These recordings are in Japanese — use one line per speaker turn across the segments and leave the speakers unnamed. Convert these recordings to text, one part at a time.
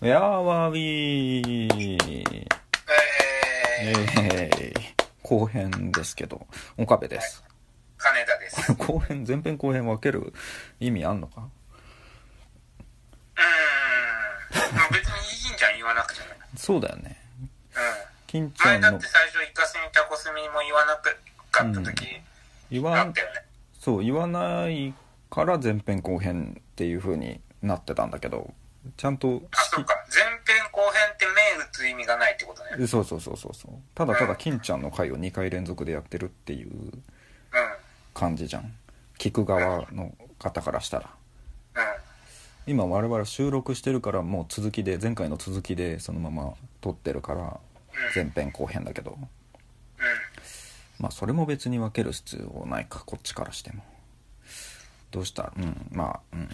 やわびー
えー、
えー後編ですけど、岡部です。
金田です。うーん、
後編、前編後編分ける意味あんのか
まあ別にいいんじゃん、言わなくても。
そうだよね。
う
金
ん。
ちゃ
前
ん
だっ
の
て最初、イカスミ、タコスミも言わなくかった時、
言
あ
わ
っ、たよね。
そう、言わないから前編後編っていう風になってたんだけど、ちゃんと、
あ、そうか。前編後編って銘打つ意味がないってことね。うん。
そうそうそうそうそう。ただただ金ちゃんの回を2回連続でやってるっていう感じじゃん。聞く側の方からしたら。
うん。
今我々収録してるからもう続きで前回の続きでそのまま撮ってるから前編後編だけど
うん。
まあそれも別に分ける必要ないかこっちからしてもどうしたうんまあうん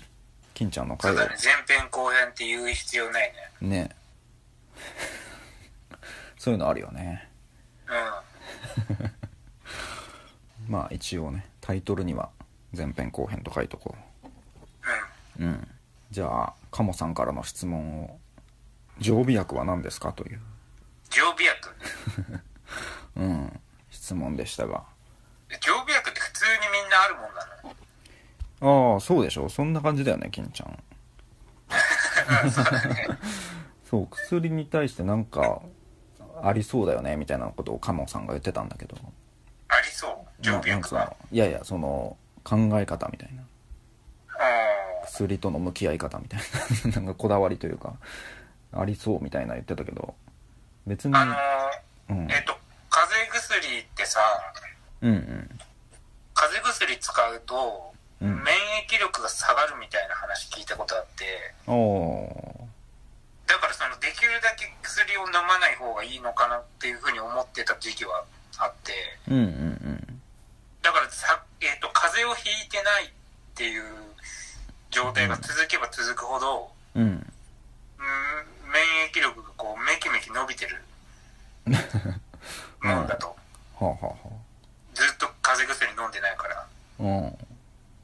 金ちゃんの
そ
回
う
を
だね。前編後編って言う必要ないね。
ね そういうのあるよね
うん。
まあ一応ねタイトルには前編後編と書いとこ
うん。
ううんじゃあ鴨さんからの質問を常備薬は何ですかという
常備薬。
うん質問でしたが
常備薬って普通にみんなあるもんなの。
ああそうでしょそんな感じだよね金 ちゃんそう薬に対してなんかありそうだよねみたいなことをカモさんが言ってたんだけど
ありそう。常
な
備
なん
薬は
か。いやいやその考え方みたいな
うん。
薬との向き合い方みたいな なんかこだわりというかありそうみたいな言ってたけど別に、
あのー
うん、
えっと、風邪薬ってさ、
うんうん
風邪薬使うと、
うん
免疫力が下がるみたいな話聞いたことあって、
おお
だからその、できるだけ薬を飲まない方がいいのかなっていうふうに思ってた時期はあって、
ーうんうんうん
だからさ、えっ、と、風邪をひいてないっていう状態が続けば続くほど、
うん
うん、免疫力がこう、めきめき伸びてるもんだと。
はあはあは
ずっと風邪薬飲んでないから。
あ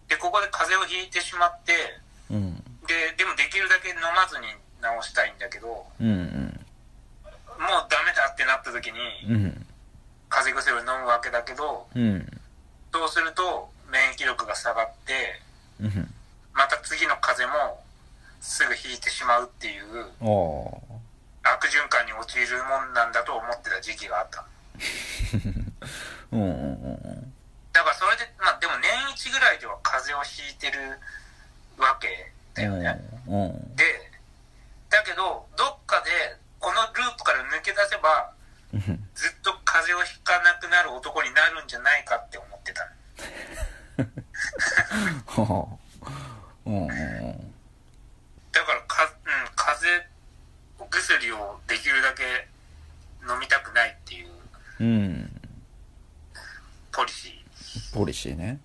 で、ここで風邪をひいてしまって、
うんうん
で、でもできるだけ飲まずに治したいんだけど、も
うんうん
うダメだってなった時に、
うん
風邪薬を飲むわけだけど、
うん
そうすると免疫力が下がって、
うん
また次の風邪もすぐひいてしまうってい
あ
う
あ
悪循環に陥るもんなんだと思ってた時期があった。
うんうんうん
だからそれで、まあでも年一ぐらいでは風邪をひいてるわけだよね。
うんうん
で、だけど、どっかでこのループから抜け出せば、
うん
ずっと風邪をひかなくなる男になるんじゃないかって思ってた。
はあうんうんうん
だからか、うん、風邪薬をできるだけ飲みたくないっていう
うん
ポリシー。
ポリシーね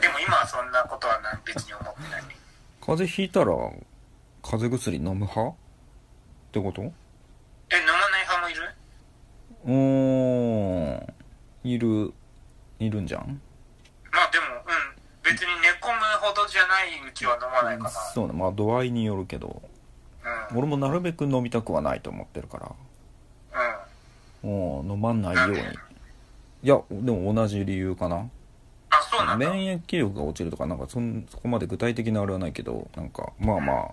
でも今はそんなことはな別に思ってない。
風邪ひいたら風邪薬飲む派ってこと
え、飲まない派もいる
うーんいるいるんじゃん
まあでも、うん、別に寝込むほどじゃないうちは飲まないか
そうねまあ度合いによるけど
な。うん。うん。
俺もなるべく飲みたくはないと思ってるから
あ、
うん飲まないようにいやでも同じ理由かな
そうなんだ。うん。
免疫力が落ちるとかなんかそんそこまで具体的なあれはないけどなんかまあまあ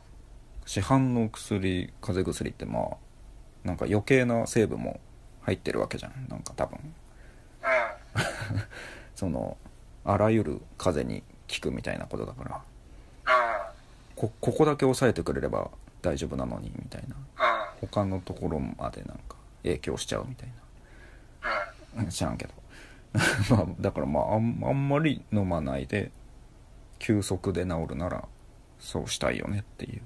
市販の薬風邪薬ってまあなんか余計な成分も入ってるわけじゃんなんか多分そのあらゆる風邪に効くみたいなことだから
う。
こここだけ抑えてくれれば大丈夫なのにみたいなん
うん。
他のところまでなんか影響しちゃうみたい
うん。
な知らんけど まあだからまああんあんまり飲まないで休息で治るならそうしたいよねっていう
うん。
っ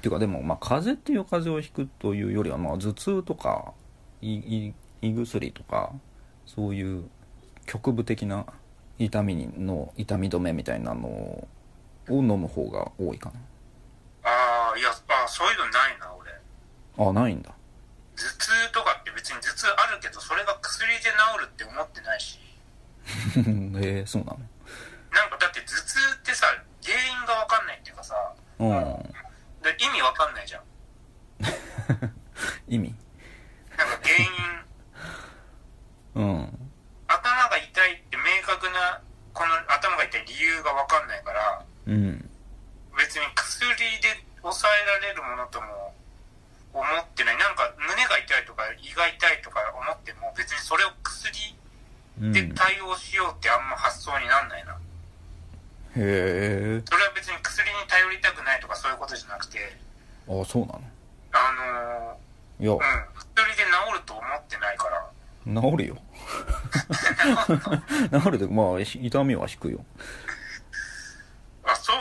ていうかでもまあ風邪っていう風邪をひくというよりはまあ頭痛とか胃胃胃薬とかそういう局部的な痛みの痛み止めみたいなのを飲む方が多いか
ああ、いや、あそういうのないな、俺。
なあないんだ
頭痛とかって別に頭痛あるけど、それが薬で治るって思ってないし。
へえそうな
なんかだって頭痛ってさ、原因がわかんないっていうかさ、
の
で意味わかんないじゃん。
意味
なんか原
う
因、
ん
頭が痛いって明確な、この頭が痛い理由がわかんないから、
うん
別に薬で抑えられるものとも思ってない。なんか胸が痛いとか胃が痛いとか思っても、別にそれを薬
うん
で
へ
対応しようってあんま発想になんないな。
え
それは別に薬に頼りたくないとかそういうことじゃなくて、
あそうな
あのー
の
うん、薬で治ると思ってないから。
いや治るよ 治るでまあひ痛みは引くよ
あ、そう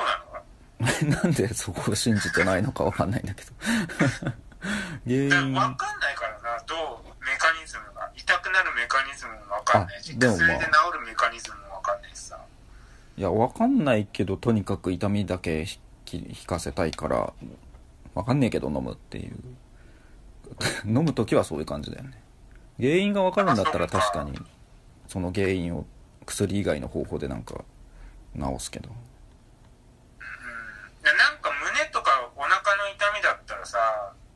なの
なんでそこを信じてないのかわかんないんだけど
だ
原因
分かんないからな、どうメカニズムが。痛くなるメカニズムも分かんないし、
あでもまあ
薬で治るメカニズムも分かんないしさ。
いやわかんないけどとにかく痛みだけひき引かせたいからわかんねえけど飲むっていう 飲む時はそういう感じだよね原因がわかるんだったら
あそうか
確かにその原因を薬以外の方法でなんか治すけど
うん、でなんか胸とかお腹の痛みだったらさ、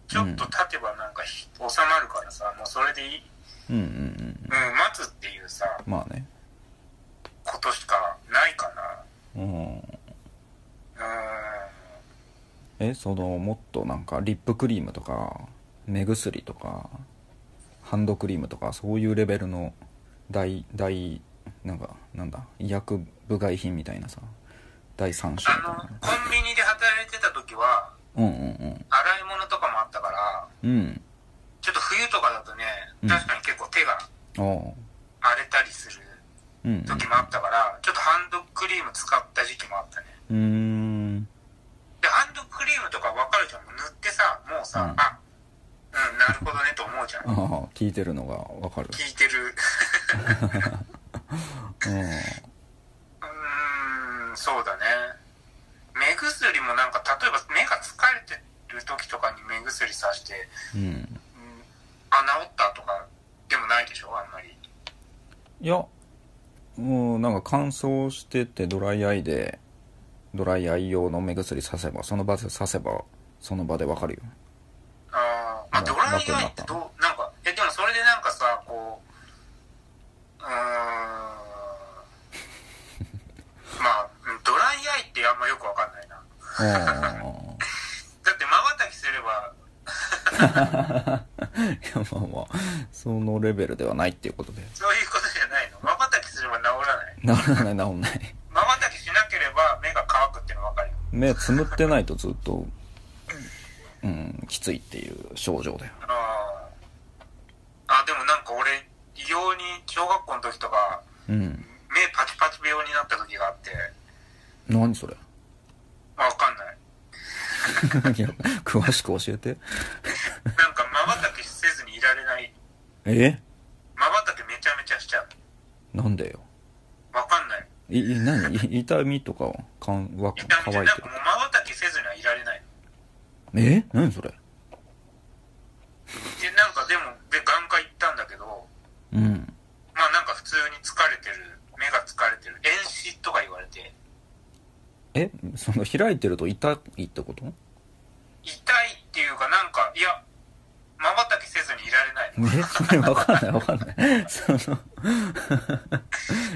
ちょっと立てばなんかひ収まるからさ、もうそれでいい、
うんうんうん
うん、待つっていうさ、
まあね
ことしかないか
うん
な。うん。
えそのもっとなんかリップクリームとか目薬とかハンドクリームとかそういうレベルの大大なんかなんだ医薬部外品みたいなさ第三種みたい
あの、コンビニで働いてた時は、
なうんうん
洗い物とかもあったから、
うん
ちょっと冬とかだとね、
うん
確かに結構手が
うんああ
荒れたりす
う
る
ん
時もあったから、ちょっとハンドクリーム使った時期もあったね。
うんうーん
で、ハンドクリームとか分かるじゃん。もう塗ってさ、もうさ、
うん
あ、うん、なるほどねと思うじゃん
あ。あ聞いてるのがわかる
聞いてる。
う
うーん、そうだね。目薬もなんか、例えば目が疲れてる時とかに目薬さして、
んうん
うん、あ、治ったとかでもないでしょ、あんまり。
いやもうなんか乾燥しててドライアイでドライアイ用の目薬させばその場でさせばその場でわかるよ
あーまあ、
まあ
ドライアイってどう、なんか、え、でもそれでなんかさ、こう、うーん、まあ、うんドライアイってあんまよくわかんないな。
あ
だって、瞬きすれば、
あいやまあまあそのレベルではないっていうことで
そういうことじゃないの。瞬きすれば治らない。
治らない治んない
瞬きしなければ目が乾くっていうのわかるよ。
目つむってないとずっとうんきついっていう症状だよ
あーあ、でもなんか俺、異様に小学校の時とか、
うん
目パチパチ病になった時があって、
何それ
まあ、わかんない。
いや詳しく教えて
なんか、瞬きせずにいられない。
え
瞬きめちゃめちゃしちゃう。
なんでよ
わかんない。
いい何い痛みとかはかんわ
痛み
乾
じゃ
い
な
て
く、もう瞬きせずにはいられない。
るえ何それ
で、なんかでも、で、眼科行ったんだけど、
うん
まあなんか普通に疲れてる、目が疲れてる、遠視とか言われて、
えその開いてると痛いってこと
痛いっていうかなんか、いや、瞬きせずにいられない
え。 それわかんないわかんない その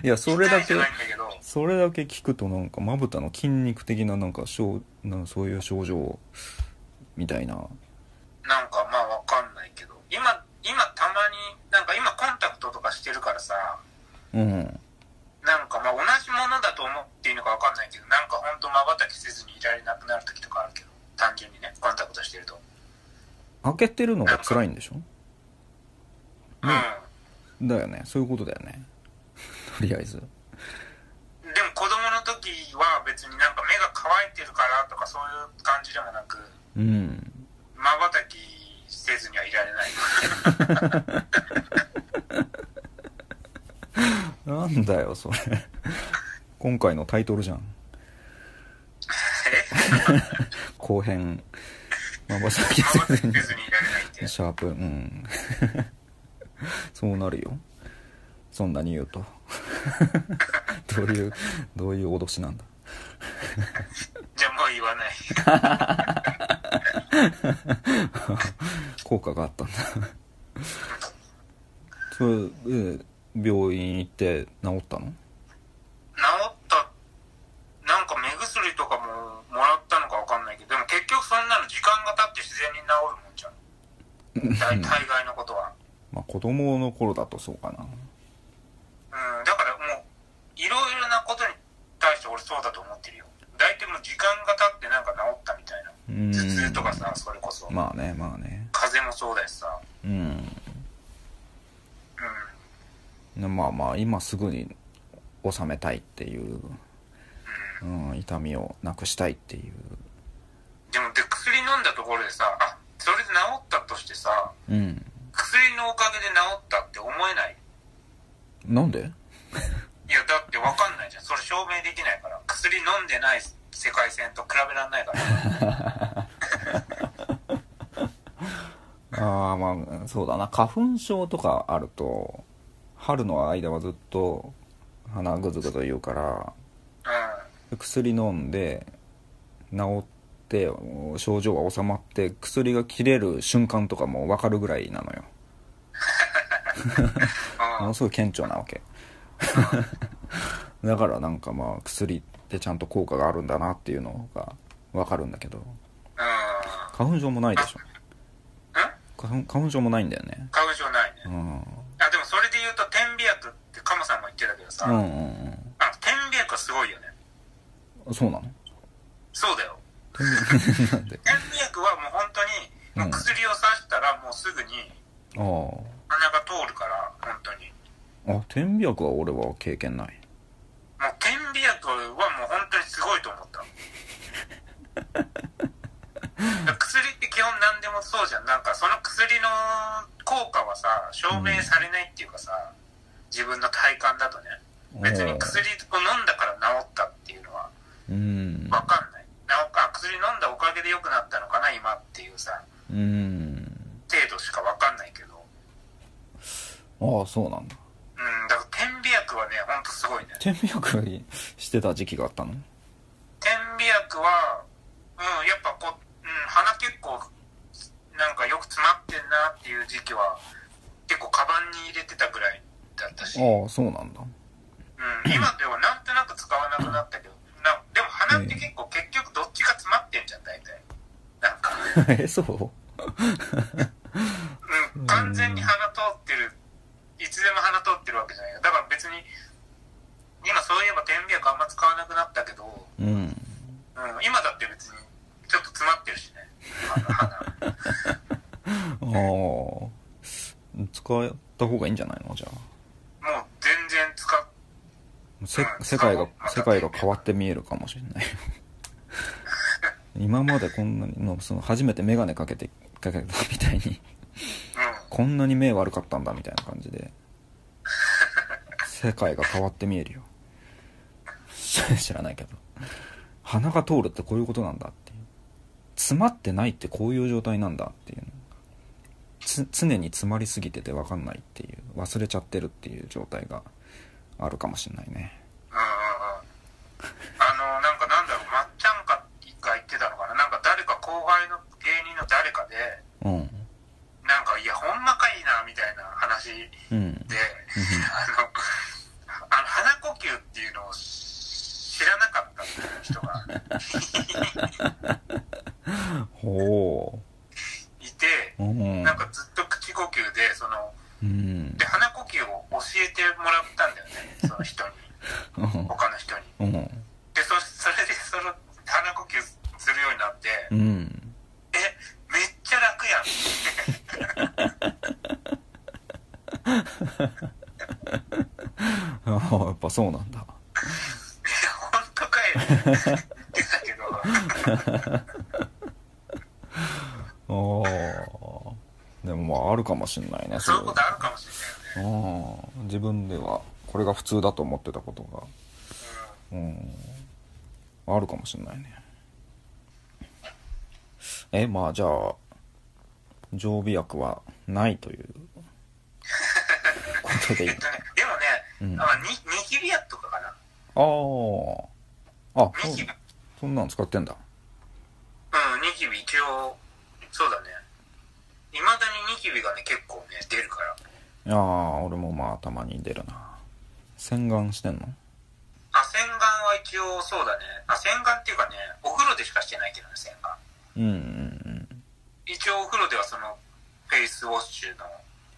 いやそれだ
痛いじ
け
ゃないんだけど、うん。
それだけ聞くとなんかまぶたの筋肉的ななんか症なそういう症状みたいな
なんかまあわかんないけど、今、今たまに、なんか今コンタクトとかしてるからさ、
うん
なんかまあ同じものだと思っていいのかわかんないけど、なんかほんと瞬きせずにいられなくなる時とかあるけど、単純にね、コンタクトしてると。
開けてるのが辛いんでしょ
うん。
だよねそういうことだよね とりあえず
でも子供の時は別になんか目が乾いてるからとかそういう感じでもなく、
うん
瞬きせずにはいられない。
なんだよそれ 今回のタイトルじゃん
え
後編まばさき
瞬
せず
き
に
せずにいられないって。
シャープうん そうなるよそんなに言うと どういうどういう脅しなんだ
じゃあもう言わない。
効果があったんだ それで病院行って治ったの
治った、なんか目薬とかももらったのかわかんないけど、でも結局そんなの時間が経って自然に治るもんじゃん。 大大概のことは。
まあ子供の頃だとそうかな
うん、だからもう、いろいろなことに対して俺そうだと思ってるよ。大体もう時間が経ってなんか治ったみたいな。
うん
頭痛とかさ、それこそ。
まあねまあね
風邪もそうだしさ。
うん
うん。
ねまあまあ今すぐに収めたいっていう、うん、痛みをなくしたいっていう
でもで薬飲んだところでさ、あ、それで治ったとしてさ、
うん
薬のおかげで治ったって思えない。
なんで
いや、だってわかんないじゃん。それ証明できないから。薬飲んでない世界線と比べられないから。
ああまあそうだな花粉症とかあると春の間はずっと鼻ぐずぐず言うから
うん。
薬飲んで治って症状は治まって薬が切れる瞬間とかも分かるぐらいなのよも
うん。
のすごい顕著なわけ だからなんかまあ薬ってちゃんと効果があるんだなっていうのが分かるんだけど
う
花粉症もないでしょ
ん。
花粉花粉症もないんだよね
花粉症ないね
う。ん
あ、でもそれで言うと、点鼻薬ってカモさんも言ってたけどさ、
う
あの
んうん
点鼻薬はすごいよね。
うんそうなの
そうだよ。
天秤なんで
点鼻薬はもう本当に、もう薬を刺したらもうすぐに
あ
鼻が通るから、本当に。
ああ天秤薬は俺は経験ない
もう点鼻薬はもう本当にすごいと思った。薬って基本何でもそうじゃん。なんかその薬の効果はさ、証明されないっていうかさ、自分の体感だとね。別に薬を飲んだから治ったっていうのは
うん
分かんない。なんか薬飲んだおかげで良くなったのかな、今っていうさ、
うん
程度しか分かんないけど。
ああそうなんだ
うん、だから点鼻薬はね、ほんとすごいね。
天秤薬してた時期があったの
点鼻薬は、うん、やっぱこう、うん、鼻結構、なんかよく詰まってんなっていう時期は、結構カバンに入れてたぐらいだったし、うん、
ああそうなんだ
今ではなんとなく使わなくなったけど、なでも鼻って結構結局どっちが詰まってんじゃん、大体。なんか、
えそう
うん、完全に鼻通ってる、いつでも鼻通ってるわけじゃないよだから別に、今そういえば点鼻薬あんま使わなくなったけど、
うん
うん、今だって別にちょっと詰まってるしね、鼻。
ああ使った方がいいんじゃないのじゃあ
もう全然使っ、
せ
うん
世界が
また
世界が変わって見えるかもしれない 今までこんなにのその初めて眼鏡かけてかけたみたいに
うん、
こんなに目悪かったんだみたいな感じで世界が変わって見えるよ 知らないけど鼻が通るってこういうことなんだっていう詰まってないってこういう状態なんだっていうつ常に詰まりすぎてて分かんないっていう忘れちゃってるっていう状態があるかもしれないね
うん、うん、うん。あの、なんかなんだろう、まっちゃんかが言ってたのかな、なんか誰か後輩の芸人の誰かで、
うん
なんか、いや、ほんまかいな、みたいな話
うん
で、あの、あの鼻呼吸っていうのを知知らなかったっていう人が
ほ
いて、
ううん
なんかずっと口呼吸で、その、
うん
で、鼻呼吸を教えてもらったんだよね、その人に、他の人に。
うん
でそそれでその鼻呼吸するようになって、
うん
えめっちゃ楽やんって
ああやっぱそうなんだ
いや本当かいって言って たけど
ああでもまああるかもしんないね
そういうこと
あ
あるかもしれないよね
あ自分ではこれが普通だと思ってたことがうんあるかもしんないねえまあじゃあ常備薬はないということでいい
えっとねでもね、
うん
あにニキビ薬とかかな
あ ーあそ
ニ
う
キビう
そんなん使ってんだ
んニキビ一応そうだねいまだ
いやー俺もまあたまに出るな洗顔してんの
あ、洗顔は一応そうだね。あ、洗顔っていうかね、お風呂でしかしてないけどね、洗顔。
うんうん
一応お風呂ではその、フェイスウォッシュの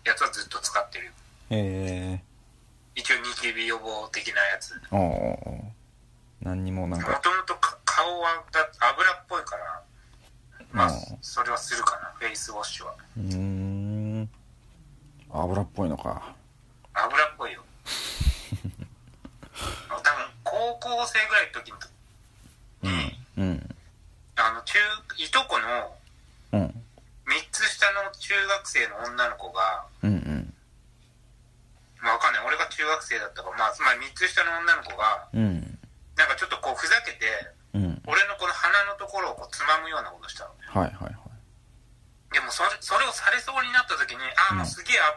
やつはずっと使ってるよ。
うんへえ
一応ニキビ予防的なやつ。も
ああ何にもなんか
ともとか顔はだ油っぽいから、まあ
うん、
それはするかな、フェイスウォッシュは。
うーん油っぽいのか
油っ ぽいよ。多分、高校生ぐらいの時に、
うんうん
あの、中、いとこの、
うん
3つ下の中学生の女の子が、
うんうん
まあ、わかんない。俺が中学生だったから、まあ、つまり3つ下の女の子が、
うん
なんかちょっとこうふざけて、
うん
俺のこの鼻のところをこうつまむようなことしたの
は
ね。
いはいはい
でもそれ、それをされそうになった時に、ああ、もうすげえ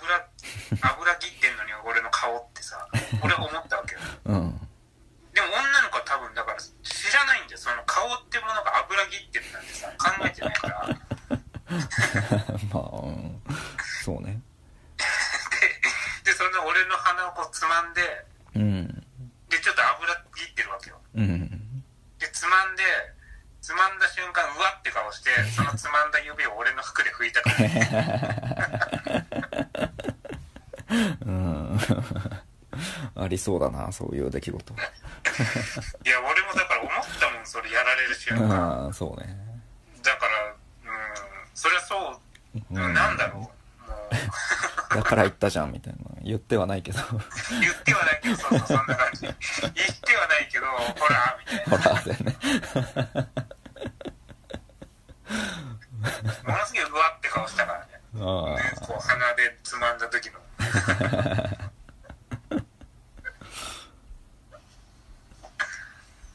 油、油切ってんのに俺の顔ってさ、俺は思ったわけよ。
うん
でも女の子は多分だから知らないんだよ。その顔ってものが油切ってるなんてさ、考えてないから。
まあ、うん、そうね
で、その俺の鼻をこうつまんで、
うん
で、ちょっと油切ってるわけよ。
うん
で、つまんで、つまんだ瞬間、うわって顔して、そのつまんだ指を俺の服で拭いたから。
うんありそうだなそういう出来事
いや、俺もだから思ったもん、それやられる瞬間。
ああそうね
だから、うん、そりゃそう、
うん
なんだろう。も う、
だから言ったじゃんみたいな言ってはないけどほ
言ってはないけど、そうそう、そんな感じ。言ってはないけど、ほら、みたいな。
らだよね
ものすげえうわって顔したからね。
あ
ねこう鼻でつまんだ時の。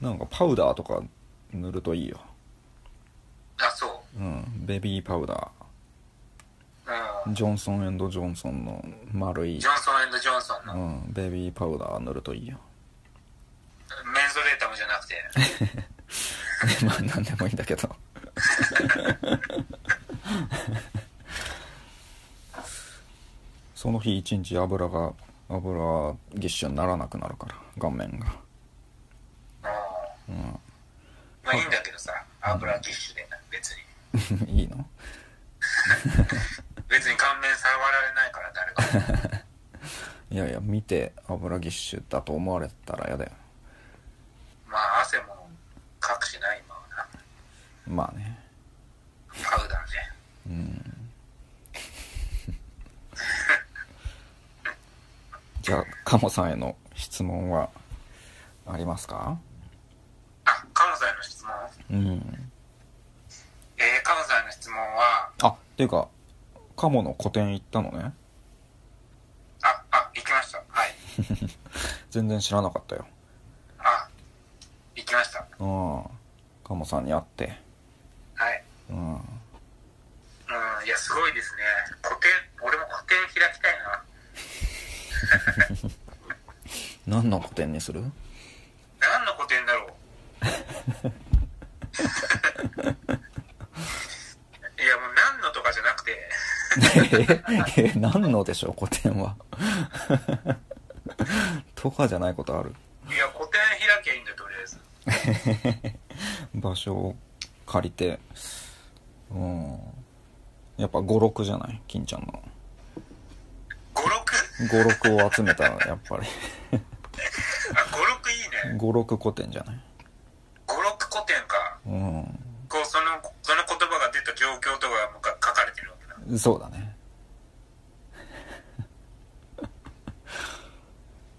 あなんかパウダーとか塗るといいよ
あ、そう。
うんベビーパウダ
う
ー
ん。
ジョンソンジョンソンの丸い
ジョンソンジョンソンの
う、ん、ベビーパウダー塗るといいよ。
メンゾレータムじゃなくて、
まあ、なんでもいいんだけど。 その日一日油が、油ぎっしゅにならなくなるから、顔面が。
うん。まあいいんだけどさ、油ティッシュで、別に。
いいの
別に顔面触られないから、誰か。
いやいや、見て油ぎっしゅだと思われたら嫌だよ。
まあ汗もかくしない今はな
まあね。
パウダーね
じゃあ、カモさんへの質問はありますか
あカモさんへの質問
うん。
えー、カモさんへの質問は
あ、っていうか、カモの個展行ったのね。
ああ行きましたはい
全然知らなかったよ。
あ行きました
うん。カモさんに会って。
はい
うん。
うんいやすごいですね個展俺も個展開きたいな
何の個展にする
何の個展 だろういやもう何のとかじゃなくて
え何のでしょう個展は とかじゃないことある
いや個展開きゃいいんだよとりあえず
場所を借りてうんやっぱ56じゃない金ちゃんの
56
56を集めたやっぱり
あ56いいね
56個展じゃない
56個展か
う
こうそのその言葉が出た状況とかが書かれてるわけだ
んそうだね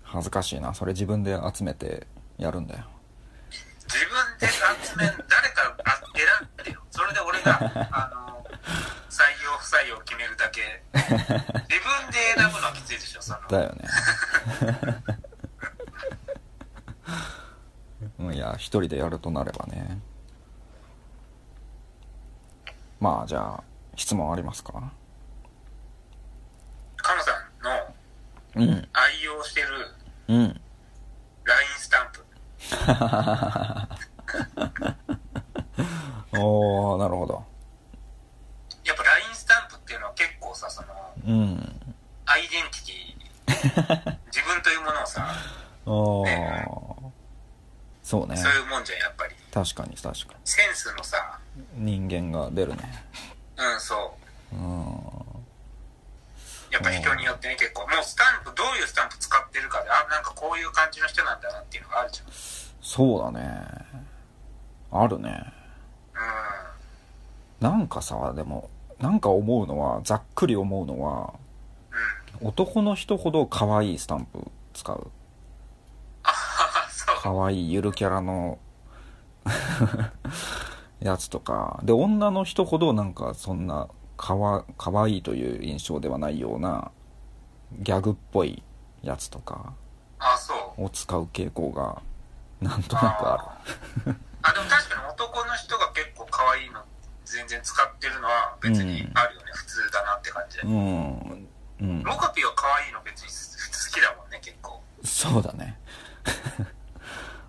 恥ずかしいなそれ自分で集めてやるんだよ
自分で集めん誰かあ選んでよそれで俺があの採用不採用を決めるだけ自分で選ぶのはきついでしょその
だよね うんいや一人でやるとなればねまあじゃあ質問ありますか
カノさんの
うん
愛用してる
うん
LINE スタンプ
おおなるほど
やっぱ LINE スタンプっていうのは結構さその
うん
アイデンティテものをさ、
ああそうね
そういうもんじゃん、やっぱり。
確かに確か
センスのさ、
に人間が出るね
うん、そう。
うん
やっぱ人によってね、結構。もうスタンプ、どういうスタンプ使ってるかで、あ、なんかこういう感じの人なんだなっていうのがあるじゃん。
そうだねあるね
う
なんかさでもなんか思うのはざっくり思うのは
ん。うん。
男の人ほど可愛いスタンプ使う
あ、そう。
可愛いゆるキャラの やつとかで女の人ほどなんかそんなかわ可愛いという印象ではないようなギャグっぽいやつとか
あ、そう。
を使う傾向がなんとなくあ
あ、でも確かに男の人が結構可愛いの全然使ってるのは別にあるよね。普通だなって感じで
る。うんうん
モカピは可愛いの別に好きだもんね、結構。
そうだね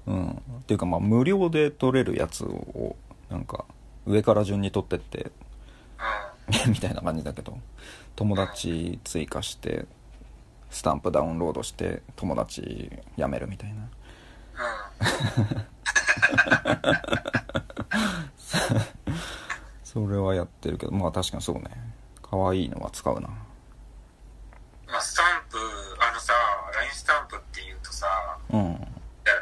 うんっていうかまあ無料で取れるやつをなんか上から順に取ってって
う。
みたいな感じだけど友達追加してスタンプダウンロードして友達辞めるみたいなん
うん。
それはやってるけどまあ確かにそうね可愛いのは使うな
まあ、スタンプ、あのさ、LINE スタンプっていうとさ、
うん
だよ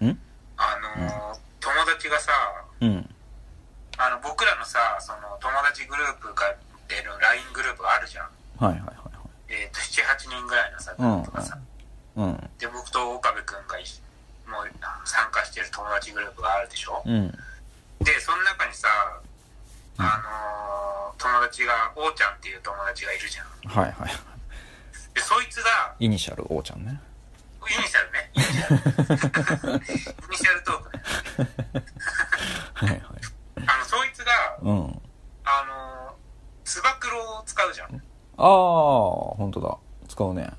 ね。
ん
あのー、友達がさ、
うん
あの、僕らのさ、その友達グループが出る LINE グループがあるじゃん。
はいはいはい
えっ、と、7、8人ぐらいのさ、グル
はい
ープがさ、
うんうん
で、僕と岡部くんが一緒もう参加してる友達グループがあるでしょ
うん
で、その中にさ、あのー友達が、おーちゃんっていう友達がいるじゃん。
はいはい
で、そいつが、
イニシャル O ちゃんね
イニシャルね。イニシャル。イニシャルトークね。
はいはい
あの、そいつが、
うん
あのー、つば九郎を使うじゃん。うん。
ああ本当だ使うね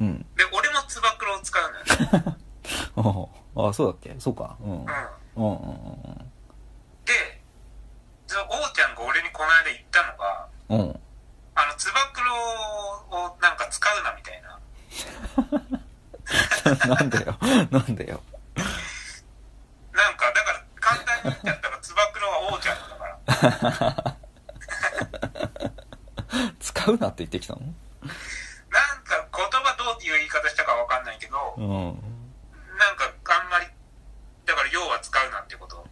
うん
で、俺もつば九郎を使うのよ。
あああそうだっけそうかうんうん
うん。
うんうん
で、そのおーちゃんが俺にこの間言ったのが、
うんうん
あの、つば九郎をなんか使うなみたいな。
なんでよなんでよ
なんか、だから、簡単に言っちゃったら、つば九郎はおーちゃんだから。
使うなって言ってきたの
なんか、言葉どういう言い方したかわかんないけど、
うん
なんか、あんまり、だから、要は使うなってこと。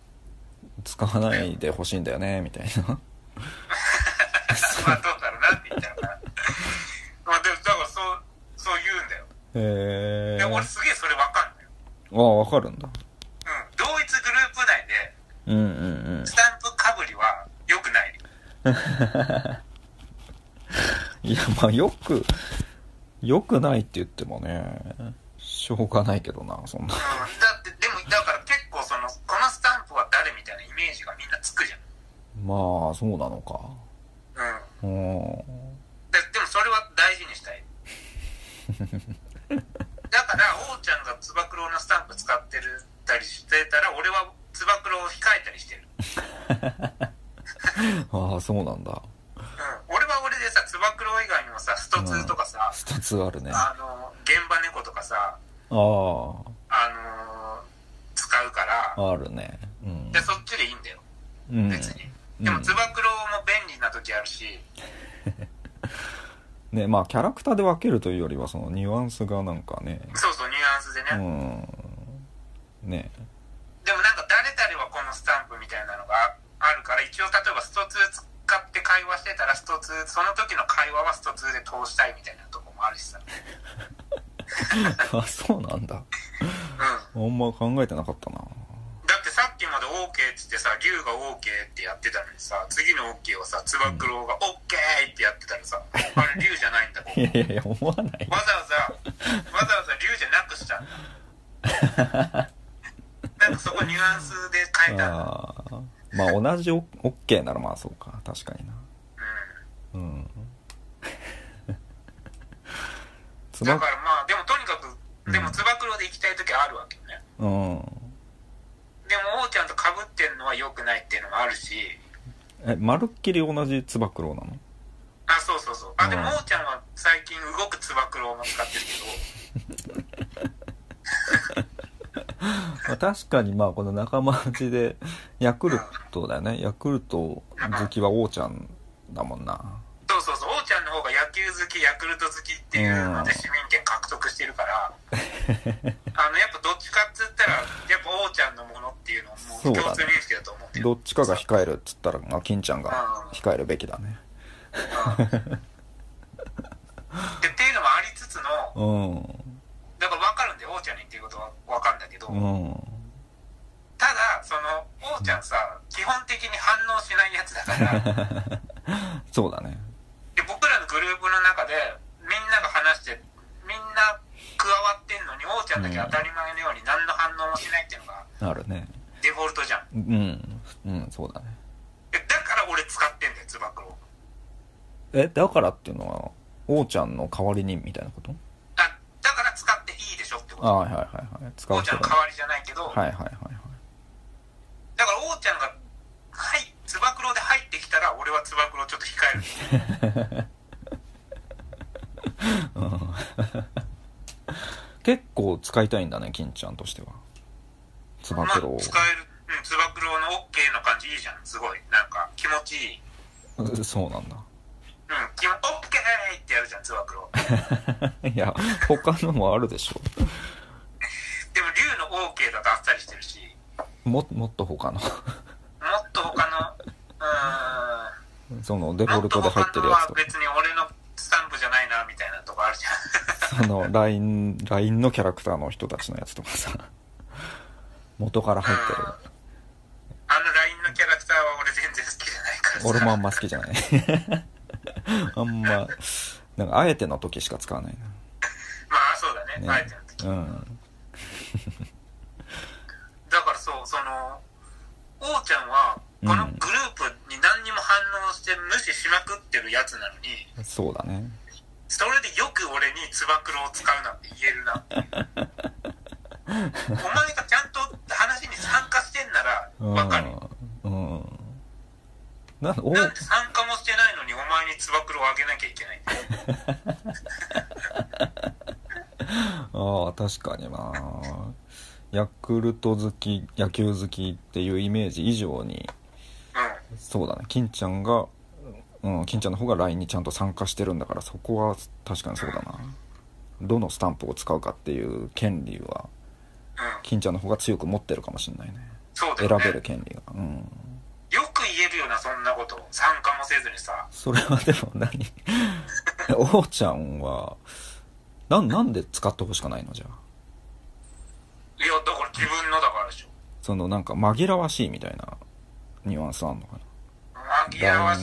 使わないでほしいんだよねみたいな
まあ、どうだろうなって言っちゃうから。まあ、でも、だから、そう、そう言うんだよ。
へえ
で、俺すげえそれわかんない。
ああわかるんだ
うん。同一グループ内で、
うんうんうん
スタンプかぶりは良くない。
いやまあよくよくないって言ってもねしょうがないけどなそんな
うん、だってでもだから結構そのこのスタンプは誰みたいなイメージがみんなつくじゃん、
まあそうなのか
うん、
うん
だでもそれは大事にした いだからおうちゃんがつば九郎のスタンプ使ってるたりしてたら俺はつば九郎を控えたりしてる、
ああそうなんだ
うん、俺は俺でさつば九郎以外にもさストツーとかさ、
一つあるねあ
あの現場猫とかさ
あ
あのー使うから
あるねうん
でそっちでいいんだよ
うん
別に、でもつば九郎も便利な時あるし、
ねまあキャラクターで分けるというよりはそのニュアンスがなんかね
そうそうニュアンスでね、
うんね
でもなんか誰々はこのスタンプみたいなのがあるから一応例えばスト2使って会話してたらスト2その時の会話はスト2で通したいみたいなとこもある しさう
あそうなんだあ
ん
んま考えてなかったな
だってさっきまで OK っつってさ龍が OK ってやってたのにさ次の OK をさつば九郎が OK ってやってたら さ、あれ龍じゃないんだこ
いやい
こ
やいや思わない
わざわざわざわざ龍じゃなくしたんだなんかそこニュアンスで変えたんだ
あーまあ同じオッケーならまあそうか確かにな
う
う
ん
んつ
だ
ば
からまあでもとにかくでもつば九郎で行きたい時はあるわけよね
うん
でもおうちゃんとかぶってんのは良くないっていうのもあるし
えまるっきり同じつば九郎なの
あそうそうそうあでも
うん
おうちゃんは最近動くつば九郎も使ってるけど
確かにまあこの仲間内でヤクルトだよねヤクルト好きは王ちゃんだもんな
そうそうそう、王ちゃんの方が野球好き、ヤクルト好きっていうので市民権獲得してる から、あの、やっぱどっちかっつったら、やっぱ王ちゃんのものっていうのはもう
そう
共
だね
通認識だと思ってる。
どっちかが控えるっつったら、まあ、金ちゃんが控えるべきだね
うんでっていうのもありつつの、
うん
だから分かるんで、王ちゃんにっていうことは分かるんだけど、
うん
ただ、その、王ちゃんさ、基本的に反応しないやつだから、
そうだね
で僕らのグループの中で、みんなが話して、みんな加わってんのに、王ちゃんだけ当たり前のように何の反応もしないっていうのが、
あるね
デフォルトじゃん。
うんうんそうだね
えだから俺使ってんだよ、つば九郎。
えだからっていうのは王ちゃんの代わりにみたいなこと
あだから使っていいでしょってこ
あ
と。
はいはいはいはい使
お
う
ーち
人
ゃん
だ
の代
ね
わりじゃないけど、
はいはいはいはい
だからおーちゃんが、はい、つば九郎で入ってきたら、俺はつば九郎ちょっと控える。
結構使いたいんだね金ちゃんとしてはつば
まあ、
九
使え
郎
る。うん、つば九郎の OK の感じいいじゃん。すごい。なんか、気持ちいい。
うんそうなんだ
うん、気も、オッケーってやるじゃん、つば九郎。
いや他のもあるでしょ
でも、竜の OK だとあっさりしてるし、
ももっと他の
もっと他の、う
そのデフ
ー
ォ
ん、も
ル
っと
トで入っ
他
てる
の
や
は
つとか
別に俺のスタンプじゃないな、みたいなとこあるじゃん。
その LINE, LINE のキャラクターの人たちのやつとかさ元から入ってる
あの LINE のキャラクターは俺全然好きじゃないからさ。
俺もあんま好きじゃない あんまなんかあえての時しか使わない
まあそうだね
な
あえ
ね
ての時
うん
だからそうその王ちゃんは
うん
このグループに何にも反応して無視しまくってるやつなのに
そうだね
それでよく俺につば九郎を使うなんて言え るなっていうお前がちゃんと話に参加してんなら
うん
わかる
うんなんお
なんで参加もしてないのにお前につば九郎をあげなきゃいけないんだよ
ああ確かになヤクルト好き野球好きっていうイメージ以上に
うん
そうだね金ちゃんが、うん、金ちゃんの方が LINE にちゃんと参加してるんだからそこは確かにそうだなどのスタンプを使うかっていう権利は
うん
金ちゃんの方が強く持ってるかもしれないね
そうだ
選
よ
べ
ね
る権利がうん
よく言えるよなそんなこと参加もせずにさ
それはでも何 おうちゃんはなんなんで使ってほしくないのじゃあ
いやだから自分のだからでしょ
そのなんか紛らわしいみたいなニュアンスあんのかな
紛らわしい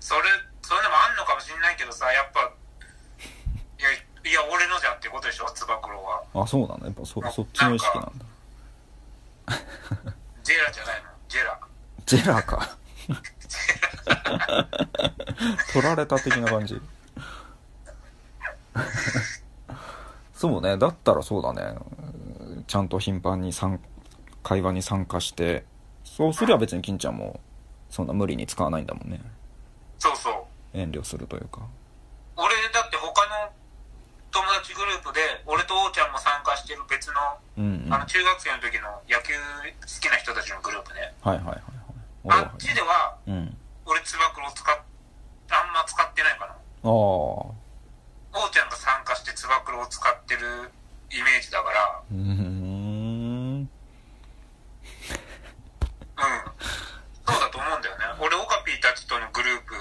それそれでもあんのかもしんないけどさやっぱいやいや俺のじゃんってことでしょつば九郎は
あそうなんだやっぱそそっちの意識なんだ
ジェラじゃないのジェラ
ジェラか取られた的な感じそうねだったらそうだねうんちゃんと頻繁に参会話に参加してそうすれば別に金ちゃんもそんな無理に使わないんだもんね
そうそう
遠慮するというか
俺だって他の友達グループで俺と王ちゃんも参加してる別の
うんうん
あの
はい
中学生の時の野球好きな人たちのグループね
はいはいはい俺は
あっちでは
うん
俺つば九郎使っあんま使ってないかな
ああ
王ちゃんが参加してつば九郎を使ってるイメージだから
うーん
うんそうだと思うんだよね俺オカピーたちとのグループ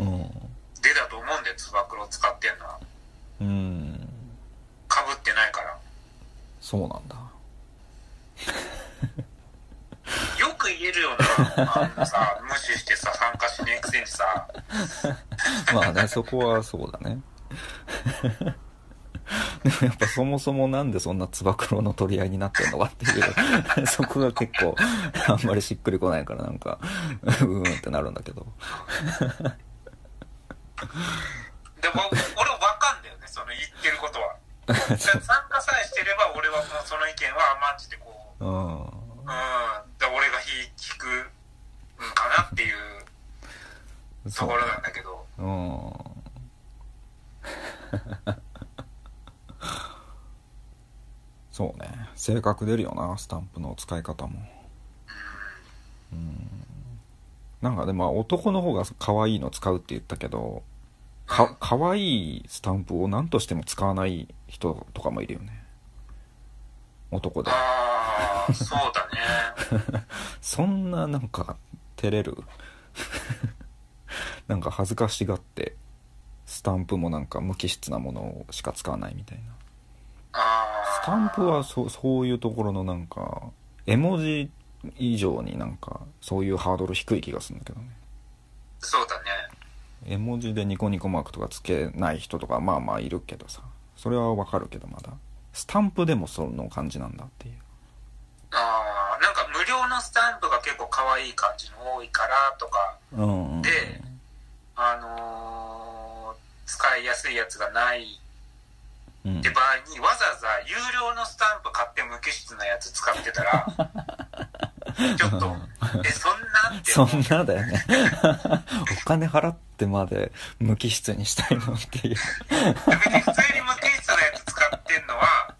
うん
でだと思うんだよつば九郎使ってんのは
うん
かぶってないから
そうなんだ
よく言えるよなあのさ無視してさ参加しねえくせにさ
まあねそこはそうだね でもやっぱそもそもなんでそんなつば九郎の取り合いになってんのかっていう そこが結構あんまりしっくりこないからなんか うーんってなるんだけど
でも俺分かんだよねその言ってることはだから参加さえしてれば俺はもうその意見は甘んじてこう
うん
うんだから俺が引引くんかなっていうと
そう
ころなんだけど
うんそうね性格出るよなスタンプの使い方もうんなんかでも男の方が可愛いの使うって言ったけどか可愛いスタンプを何としても使わない人とかもいるよね男で
ああ、そうだね。
そんななんか照れる なんか恥ずかしがってスタンプもなんか無機質なものしか使わないみたいな
あ
スタンプはそそういうところのなんか絵文字以上になんかそういうハードル低い気がするんだけどね
あ、そうだね。
絵文字でニコニコマークとかつけない人とかまあまあいるけどさそれはわかるけどまだスタンプでもその感じなんだっていう
ああ、なんか無料のスタンプが結構可愛い感じの多いからとか、
うんうん
であのー使いやすいやつがないっ
うん
て場合に、わざわざ有料のスタンプ買って無機質なやつ使ってた ら、ちょっと、え、そんなって
そ
思
ん
う。
なだよね お金払ってまで無機質にしたいのっていう
別に普通に無機質なやつ使ってんの は、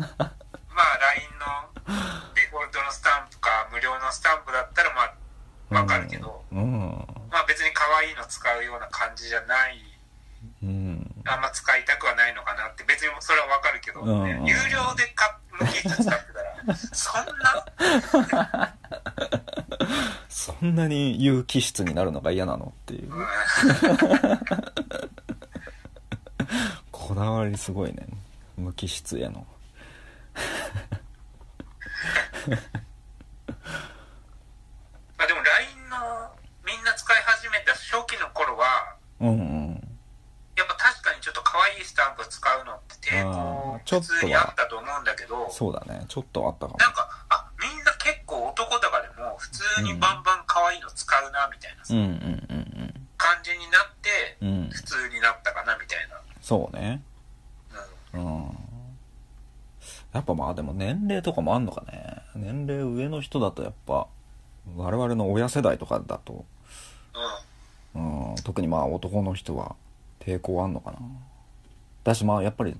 まあ LINE のデフォルトのスタンプか無料のスタンプだったらまあわかるけど、
うん
まあ別に可愛いの使うような感じじゃない、
うん
あんま使いたくはないのかなって別にそれはわかるけど、
うん
有料で買っ無機質使ってた ら、
そ
そんな
んなに有機質になるのが嫌なのっていう
うん
こだわりすごいね無機質への
まあでも LINE のみんな使い始めた初期の頃は、
うんうん
やっぱ確かにちょっと可愛いスタンプ使うのって抵
あ
抗
ーちょ
普
っとは
通にあったと思うんだけど、
そうだねちょっとあったかも
なんか、あ、みんな結構男とかでも普通にバンバン可愛いの使うな、みたいな
う
さ
んうんうん
感じになって、
うんうん
普通になったかな、みたいな。
そうね
うん。
うんやっぱまあでも年齢とかもあんのかね年齢上の人だとやっぱ我々の親世代とかだと
うん。
うん特にまあ男の人は抵抗あんのかなだしまあやっぱり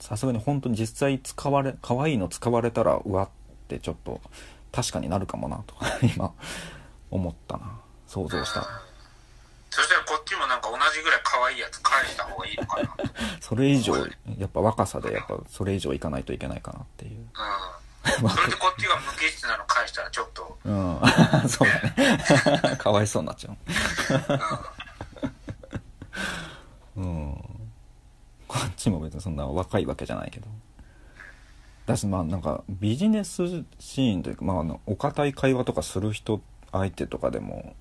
さすがに本当に実際使われ可愛いの使われたらうわってちょっと確かになるかもなとか 今思ったな想像した
そしたらこっちもなんか同じぐらい可愛いやつ返した方がいいの かな。うん。
それ以上やっぱ若さでやっぱそれ以上いかないといけないかなっていう
それでこっちが無機質なの返したらちょっと、
うん そうだね かわいそうになっちゃ
うん。
ううんこっちも別にそんな若いわけじゃないけどだしまあなんかビジネスシーンというか、まあ、あのお堅い会話とかする人相手とかでも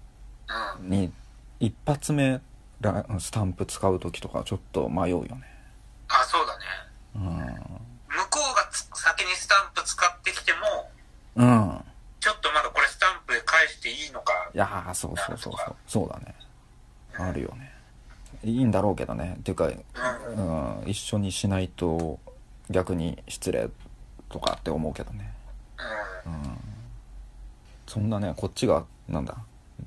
うん。
に一発目ラスタンプ使う時とかちょっと迷うよね
あ、そうだね。
う
向こうがつ先にスタンプ使ってきても、
んうん
ちょっとまだこれスタンプで返していいのか。
いやーそうそうそうそうそうだねあるよねいいんだろうけどねっていうか
うん。
うん、一緒にしないと逆に失礼とかって思うけどね、
うん
うん、そんなねこっちがなんだ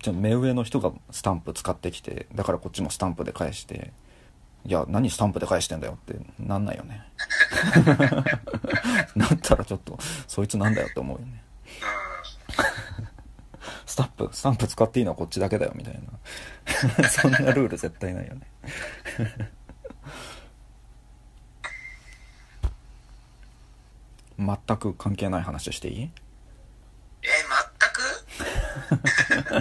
じゃあ目上の人がスタンプ使ってきてだからこっちもスタンプで返していや何スタンプで返してんだよってなんないよね なったらちょっとそいつなんだよって思うよねスタンプスタンプ使っていいのはこっちだけだよみたいな そんなルール絶対ないよね 全く関係ない話していい
え、全く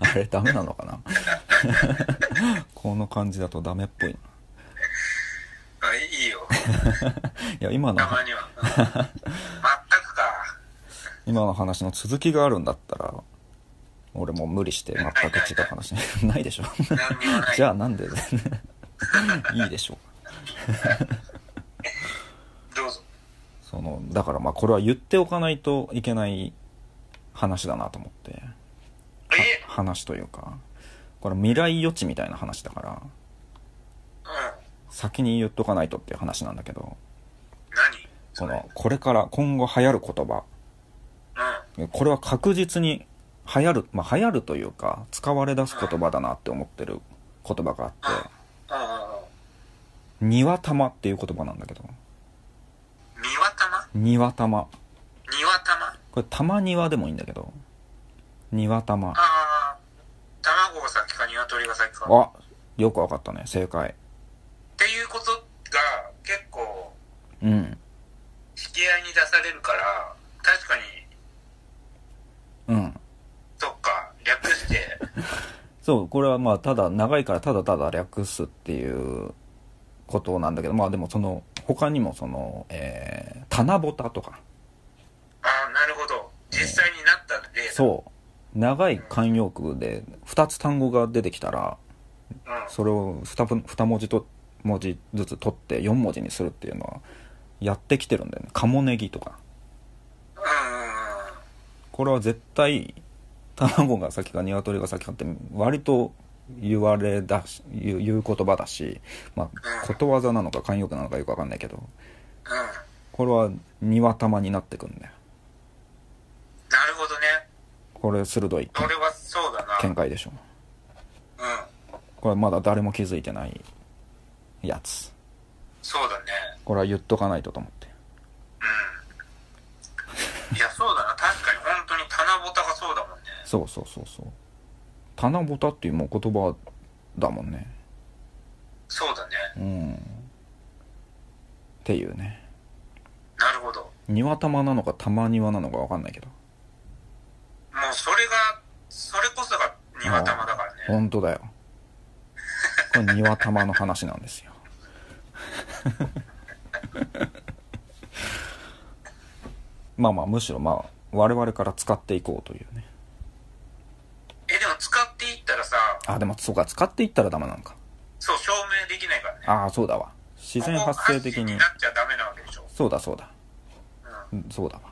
あれダメなのかな この感じだとダメっぽいな
あいいよ。
いや今の
たまには。うん全くか。
今の話の続きがあるんだったら俺もう無理して全く違う話 ないでしょ
何にもない。
じゃあなんで いいでしょう
どうぞ。
そのだからまあこれは言っておかないといけない話だなと思って
え
話というかこれ未来予知みたいな話だから
うん。
先に言っとかないとっていう話なんだけど
何
このこれから今後流行る言葉
う
これは確実に流行るまあ流行るというか使われ出す言葉だなって思ってる言葉があって
ん。うんうんうん。
「庭玉」っていう言葉なんだけど
三輪玉
庭玉
庭玉
これ玉庭でもいいんだけど庭玉
ああ卵が先か鶏が先かっ
あよくわかったね正解
ていうことが結構
うん
引き合いに出されるから確かに
うん
そっか略 して
そうこれはまあただ長いからただただ略すっていうことなんだけどまあでもその他にもそのえー、棚ぼたとか
ああなるほど実際になった例だ
そう長い慣用句で2つ単語が出てきたら
うん、あ
それを 2, 2文字と文字ずつ取って4文字にするっていうのはやってきてるんだよね「カモネギ」とかこれは絶対卵が先か鶏が先かって割と言われだし言う言う言葉だし、まあ、ことわざなのか慣用句なのかよくわかんないけど
うんうん
これは庭玉になってくんだよ
なるほどね
これ鋭い
それはそうだな
見解でしょ
うん
これまだ誰も気づいてないやつ
そうだね
これは言っとかないとと思って
うんいやそうだな確かに本当に棚ぼたがそうだもんね
そうそうそうそう棚ぼたっていうもう言葉だもんね
そうだね
うんっていうね
なるほど
庭玉なのか玉庭なのかわかんないけど
もうそれがそれこそが庭玉だからね
本当だよこれ庭玉の話なんですよ まあまあむしろまあ我々から使っていこうというね
えでも使っていったらさ
あでもそうか使っていったらダメなのか
そう証明できないからね
ああそうだわ自然発生的
ここ発信
に
なっちゃダメなわけでしょ
そうだそうだ
う
うんそうだわ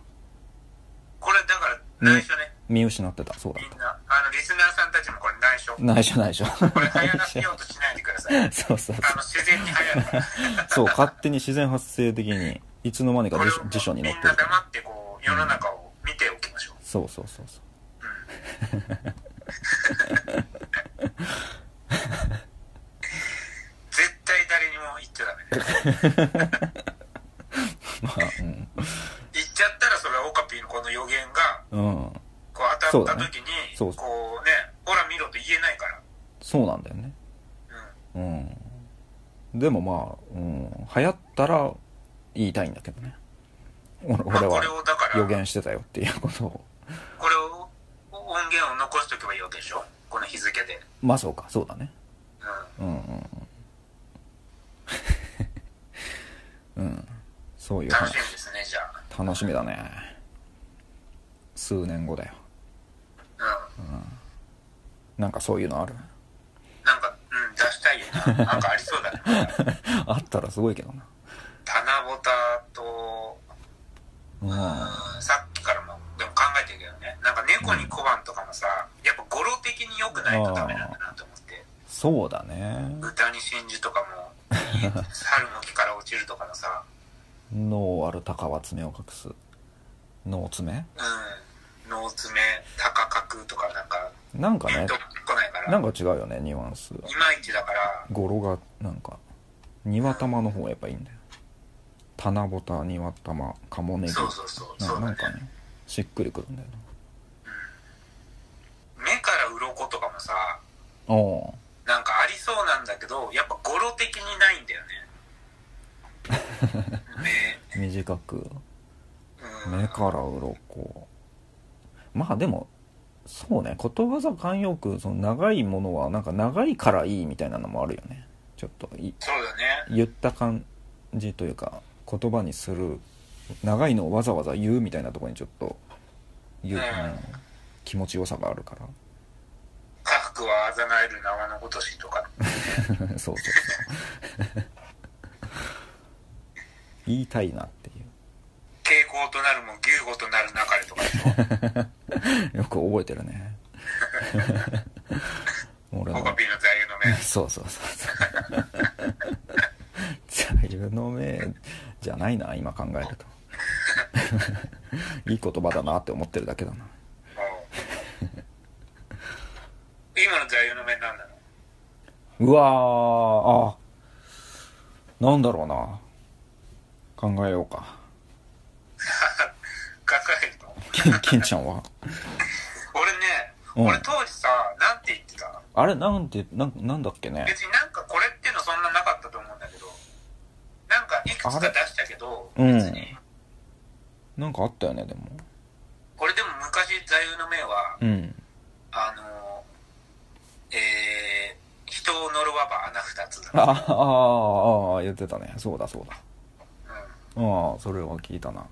これだから内緒ね、
見失ってたそうだ
みんなあのリスナーさんたちもこれ内緒
内緒内緒
これ流行らせようとしないでください あ
そうそうそう
の自然に流 行るから
そう勝手に自然発生的にいつの間にか
これ
辞
を
書辞書に
み
載
ん
って
な
る
黙ってこう世の中を見ておきましょう
そうそうそうそう
絶対誰にも言っちゃダメ
まあ
言っちゃったらそれはオカピーのこの予言が
うん、うん、
こう当たった時に
そうだねそう
こうねほら見ろと言えないから
そうなんだよね
うん
うんでもまあ、うん、流行ったら言いたいんだけどね俺
まあ
俺
これを
は
だから
予言してたよっていうことを
これを音源を残しとけばいいわけでしょこの日付で
まあそうかそうだね
うん
うんうんうん うんそういう
楽
話
しみですねじゃあ
楽しみだね数年後だよ
うん
なんかそういうのある
なんかうん出したいよななんかありそ うだね
あったらすごいけど
棚ぼたと
な
うんさっきからもでも考えてるけどねなんか猫に小判とかもさやっぱ語呂的に良くないとダメなんだなと思って
そうだね
豚に真珠とかも猿の木から落ちるとかのさ
脳ある鷹は爪を隠す脳爪
うん脳爪高角とかなんか
なんか
ピ
ね
ンとこないから
なんか違うよねニュアンスが
いまいちだから
語呂がなんか庭玉の方がやっぱいいんだよ棚ぼた庭玉カモネギ
そうそうそう
な
そうだ
な
ね
んかねしっくりくるんだよ
目から鱗とかもさ
なお
なんかありそうなんだけどやっぱ語呂的にないんだよ ね
ー短く
目うん
目から鱗まあでもそうねことわざ慣用句その長いものはなんか長いからいいみたいなのもあるよねちょっとい
そうだね
言った感じというか言葉にする長いのをわざわざ言うみたいなところにちょっと言う、
うん
うん気持ちよさがあるから
家福はあざなえる縄のごとしとか
そうそうそう 言いたいなってい
蛍光となるも牛語となるなかれとかでし
う
ょ
よく覚えてるね俺
オ
の
カピーの座右の銘
そうそうそうそう座右の銘じゃないな今考えると いい言葉だなって思ってるだけだな
うん今の座右の銘何なの
うわーあなんだろうな考えようか金ちゃんは
俺ね、
うん
俺当時さ、なんて言ってた
あれなんてなんなんだっけね
別になんかこれっていうのそんななかったと思うんだけど、なんかいくつか出したけど、
あれ
別に、
なんかあったよねでも
俺でも昔座右の銘は、
うん
あの、えー、人を呪わば穴二つ
あ
だ。
あああ言ってたねそうだそうだ
うん
ああそれは聞いたな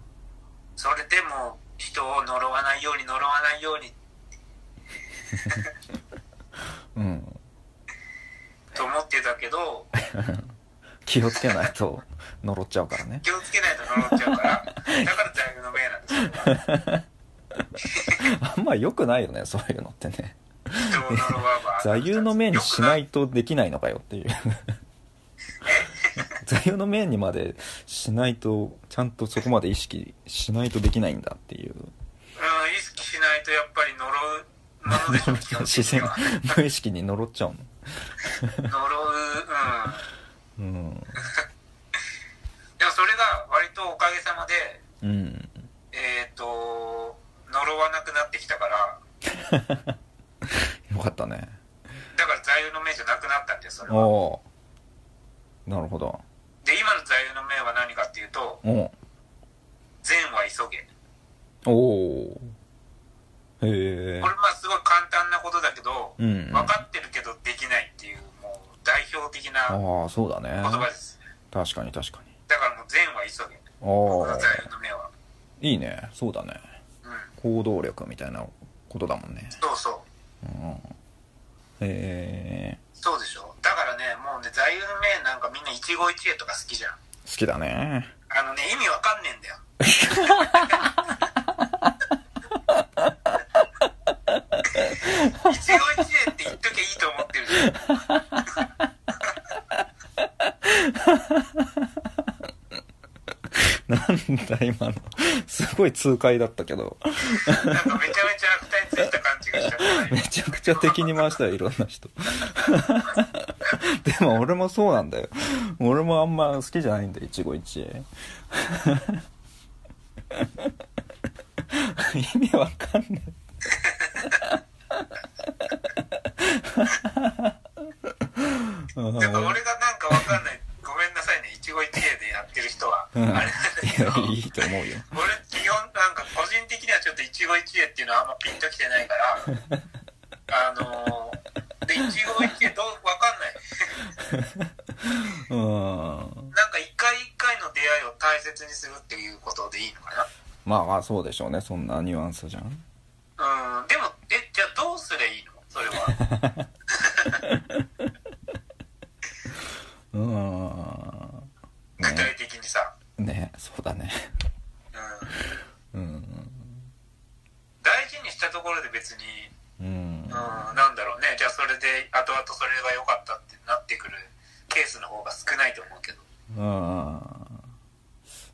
それでも人を呪わないように呪わないように
うん
と思ってた けど、
気をつけないと呪っちゃうからね
気をつけないと呪っちゃうから、だから座右の銘なんですよ。
あんま良くないよねそういうのってね
人を呪わば
座右の銘にし
い
ないとできないのかよっていう座右の銘にまでしないとちゃんとそこまで意識しないとできないんだっていう
うん、意識しないとやっぱり呪うものでしょ、基本的
視
に
線
は。
無意識に呪っちゃうの
呪う、
う
うん。
ん
でもそれが割とおかげさまで、
うん
えっ、と、呪わなくなってきたから、
よかったね
だから座右の銘じゃなくなったんですよ、それ
お
は。
おうなるほど
で、今の座右の銘は何かっていうと、
おう
善は急げ。
おおうへえ
これまあすごい簡単なことだけど、
うんうん
分かってるけどできないっていう、もう代表的な言
ああそうだね
葉です。
確かに確かに
だからもう善は急げ。
お
僕
お
の座右の銘は。
いいねそうだね
うん。
行動力みたいなことだもんね
そうそう。
うんえ
そうでしょ。だからね、もうね、座右の銘なんかみんな一期一会とか好きじゃん。
ー、好きだね
あのね、意味わかんねえんだよ。一期一会って言っときゃいいと思ってるじゃん。
なんだ今のすごい痛快だったけど
なんかめちゃめちゃ悪態ついた感じがしちゃった
めちゃくちゃ敵に回したよいろんな人 でも俺もそうなんだよ俺もあんま好きじゃないんだよ一期一会 意味わかんない
なんか俺がなんかわかんない。ごめんなさいね、一期一会でやってる人は。
うん
あれなんだ
い
けど
や、いいと思うよ
俺基本なんか個人的にはちょっと一期一会っていうのはあんまピンときてないから、あのー、で、一期一会どう、わかんない。
うん
なんか一回一回の出会いを大切にするっていうことでいいのかな
まあまあそうでしょうねそんなニュアンスじゃん
うん、でも、え、じゃあどうすりゃいいのそれは。
うん
具
ね
体的にさ。
ねそうだね
うん。
うん
大事にしたところで別に、
うん
うん、なんだろうね。じゃあそれで、後々それが良かったってなってくるケースの方が少ないと思うけど。
うん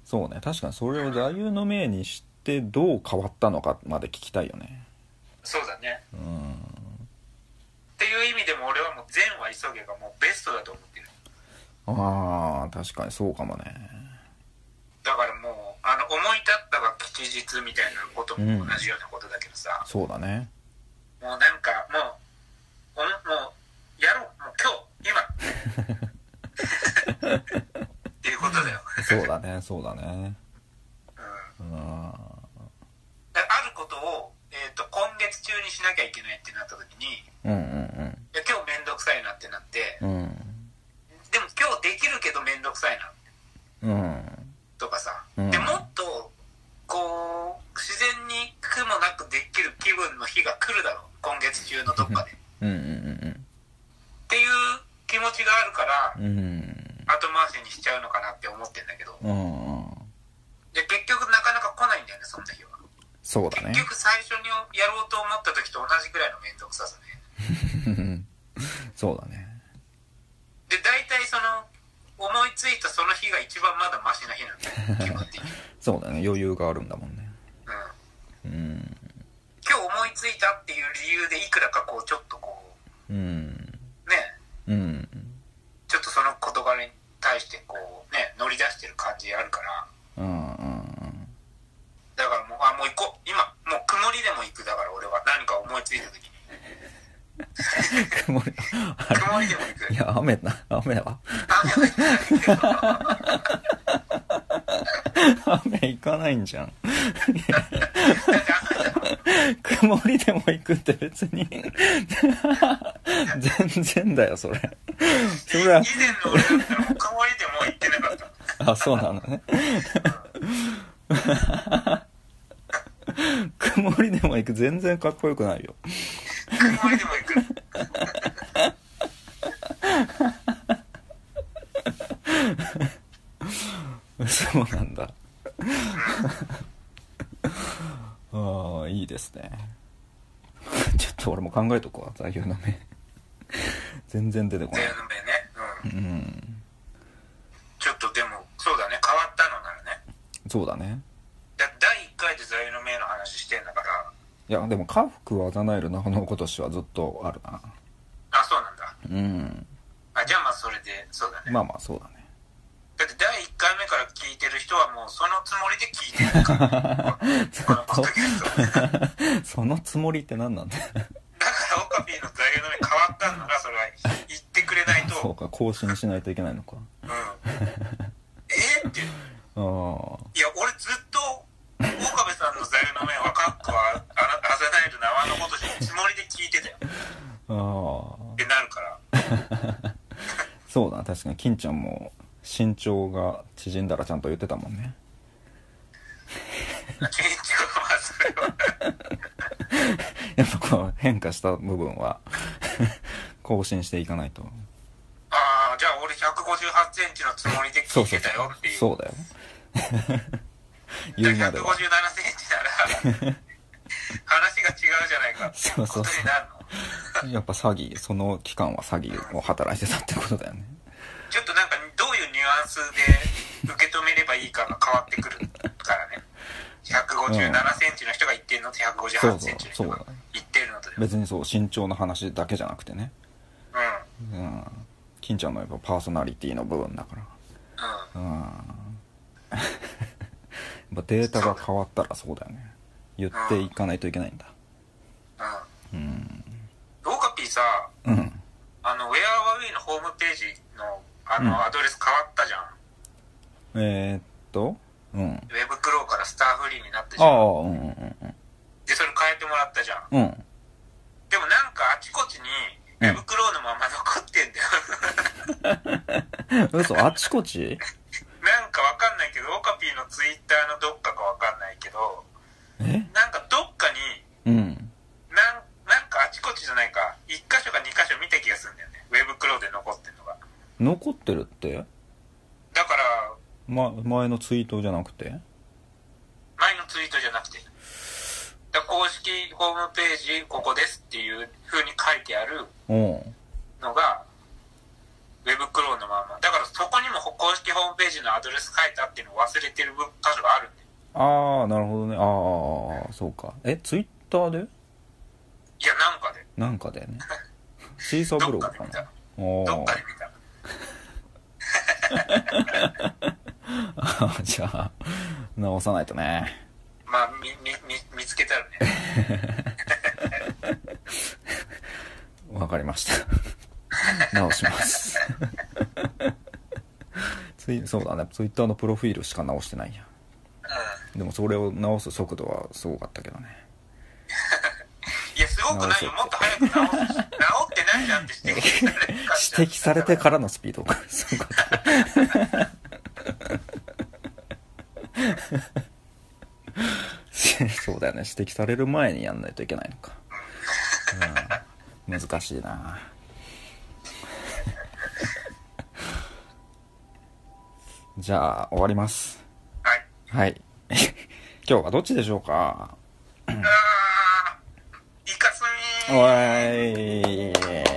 そうね確かにそれを座右の銘にしてどう変わったのかまで聞きたいよね
そうだね。
うん
っていう意味でも俺はもう善は急げがもうベストだと思ってる。
あー確かにそうかもね
だからもう、あの、思い立ったが吉日みたいなことも同じようなことだけどさ、
そうだね
もうなんかもう、おもう、やろう。もう今日、今。っていうこと だよ。
そうだねそうだね
う
う
ん
ん
だからあることを、えー、と今月中にしなきゃいけないってなった時にい
うんうん
や今日めんどくさいなってなって
うんうん
でも今日できるけどめんどくさいな
うん
とかさ、
うん
でもっとこう自然に苦もなくできる気分の日が来るだろう今月中のどっかでっ
うんうん
ていう気持ちがあるから
うんうん
後回しにしちゃうのかなって思ってんだけど
うん
で結局なかなか来ないんだよねそんな日は
そうだ
結
ね
局最初にやろうと思った時と同じぐらいのめんどくささね
うんそうだね
で大体その思いついたその日が一番まだマシな日なん だよ気分的に、
そうだね余裕があるんだもんね
うん、
うん
今日思いついたっていう理由でいくらかこうちょっとこ
うん
うね
うん
ちょっとその事柄に対してこうね乗り出してる感じあるから
うんうん
だからもうあもう行こう今もうついた時に
曇り
曇りでも行く
いや雨な雨は
雨は行くけど
雨行かないんじゃん
なんか雨だと
曇りでも行くって別に全然だよそれそれは
以前の俺だったらもう曇りでもう行ってなかった
あそうなのね曇りでも行く全然かっこよくないよ
曇りでも行く
そうなんだああいいですね ちょっと俺も考えとこう座右の銘 全然出てこ
座
な
右
いうん
の銘ねう
ん
ちょっとでもそうだね変わったのならね
そうだね
だ第1回で座右の銘の話してんだから
いやでも家福はあざなえるなほの今年はずっとあるな
あそうなんだ
うん
あじゃあまあそれでそうだね
まあまあそうだね
だって第1回目から聞いてる人はもうそのつもりで聞いてるから このポッドキャストだから
そのつもりって何なんだよ
オカピーの座右の銘変わったんならそれは言ってくれないと
そうか更新しないといけないのか
うん、えって
ああ
いや俺ずっと岡部さんの座右の銘はカッコはあなあざなえる縄のことしつもりで聞いてたよっ
ああ
てな るから
そうだな確かに金ちゃんも身長が縮んだらちゃんと言ってたもんね
緊張はそれは
やっぱこう変化した部分は 更新していかないと
ああじゃあ俺1 5 8センチのつもりで聞
そう
い
そう
てたよっていう
そうだよ言う
じゃ
まで
あ1 5
は
7センチなら話が違うじゃないかって
そうそうそう
ことになるの
やっぱ詐欺その期間は詐欺を働いてたってことだよね
ちょっとなんかどういうニュアンスで受け止めればいいかが変わってくるからね157センチの人が言ってるのと
そうそ
158セ
う
ンチの
そう
人が
だね
言ってるのとでも
別にそう身長の話だけじゃなくてね
うんうん
うん金ちゃんのやっぱパーソナリティの部分だからうん やっぱデータが変わったらそうだよね言っていかないといけないんだ
うん
うん
オカピーさ
うん
あのウェアワウィーのホームページのあ
うん
のアドレス変わったじゃん、
えー、っとうん
ウェブクローからスターフリーになったじ
あ
ゃ
あ
ん
うんうんうん
でそれ変えてもらったじゃ
う
ん
んうん
でもなんかあちこちにウェブクローのまま残ってんだよ
嘘あちこち
なんかわかんないけどオカピーのツイッターのどっかかわかんないけど
え
なんかどっかに
うん
なんなんかあちこちじゃないか1箇所か2箇所見た気がするんだよねウェブクローで残ってるのが
残ってるって、
だから
ま、前のツイートじゃなくて
前のツイートじゃなくてだ公式ホームページここですっていう風に書いてある
うん
のがウェブクローのままだからそこにも公式ホームページのアドレス書いたっていうのを忘れてる箇所があるんだよ
ああなるほどねああそうかえツイッターで
いやなんかで
なんかだよねシーサーブ
ど
ロ
っ
グか
かで見た
なお
どっ
お
かで見た
じゃあ直さないとね
まあみみみ見つけたらね
わかりました 直しますツイそうだねツイッターのプロフィールしか直してないや
う
でもそれを直す速度はすごかったけどね
んいやすごくないよもっと早く治す治ってないじゃんって指摘されてるか
指摘されてか
ら
らの スピードがすごかった そうだよね指摘される前にやんないといけないのか、うん、難しいな じゃあ終わります
はい
はい 今日はどっちでしょうか
あーイカスミ
おい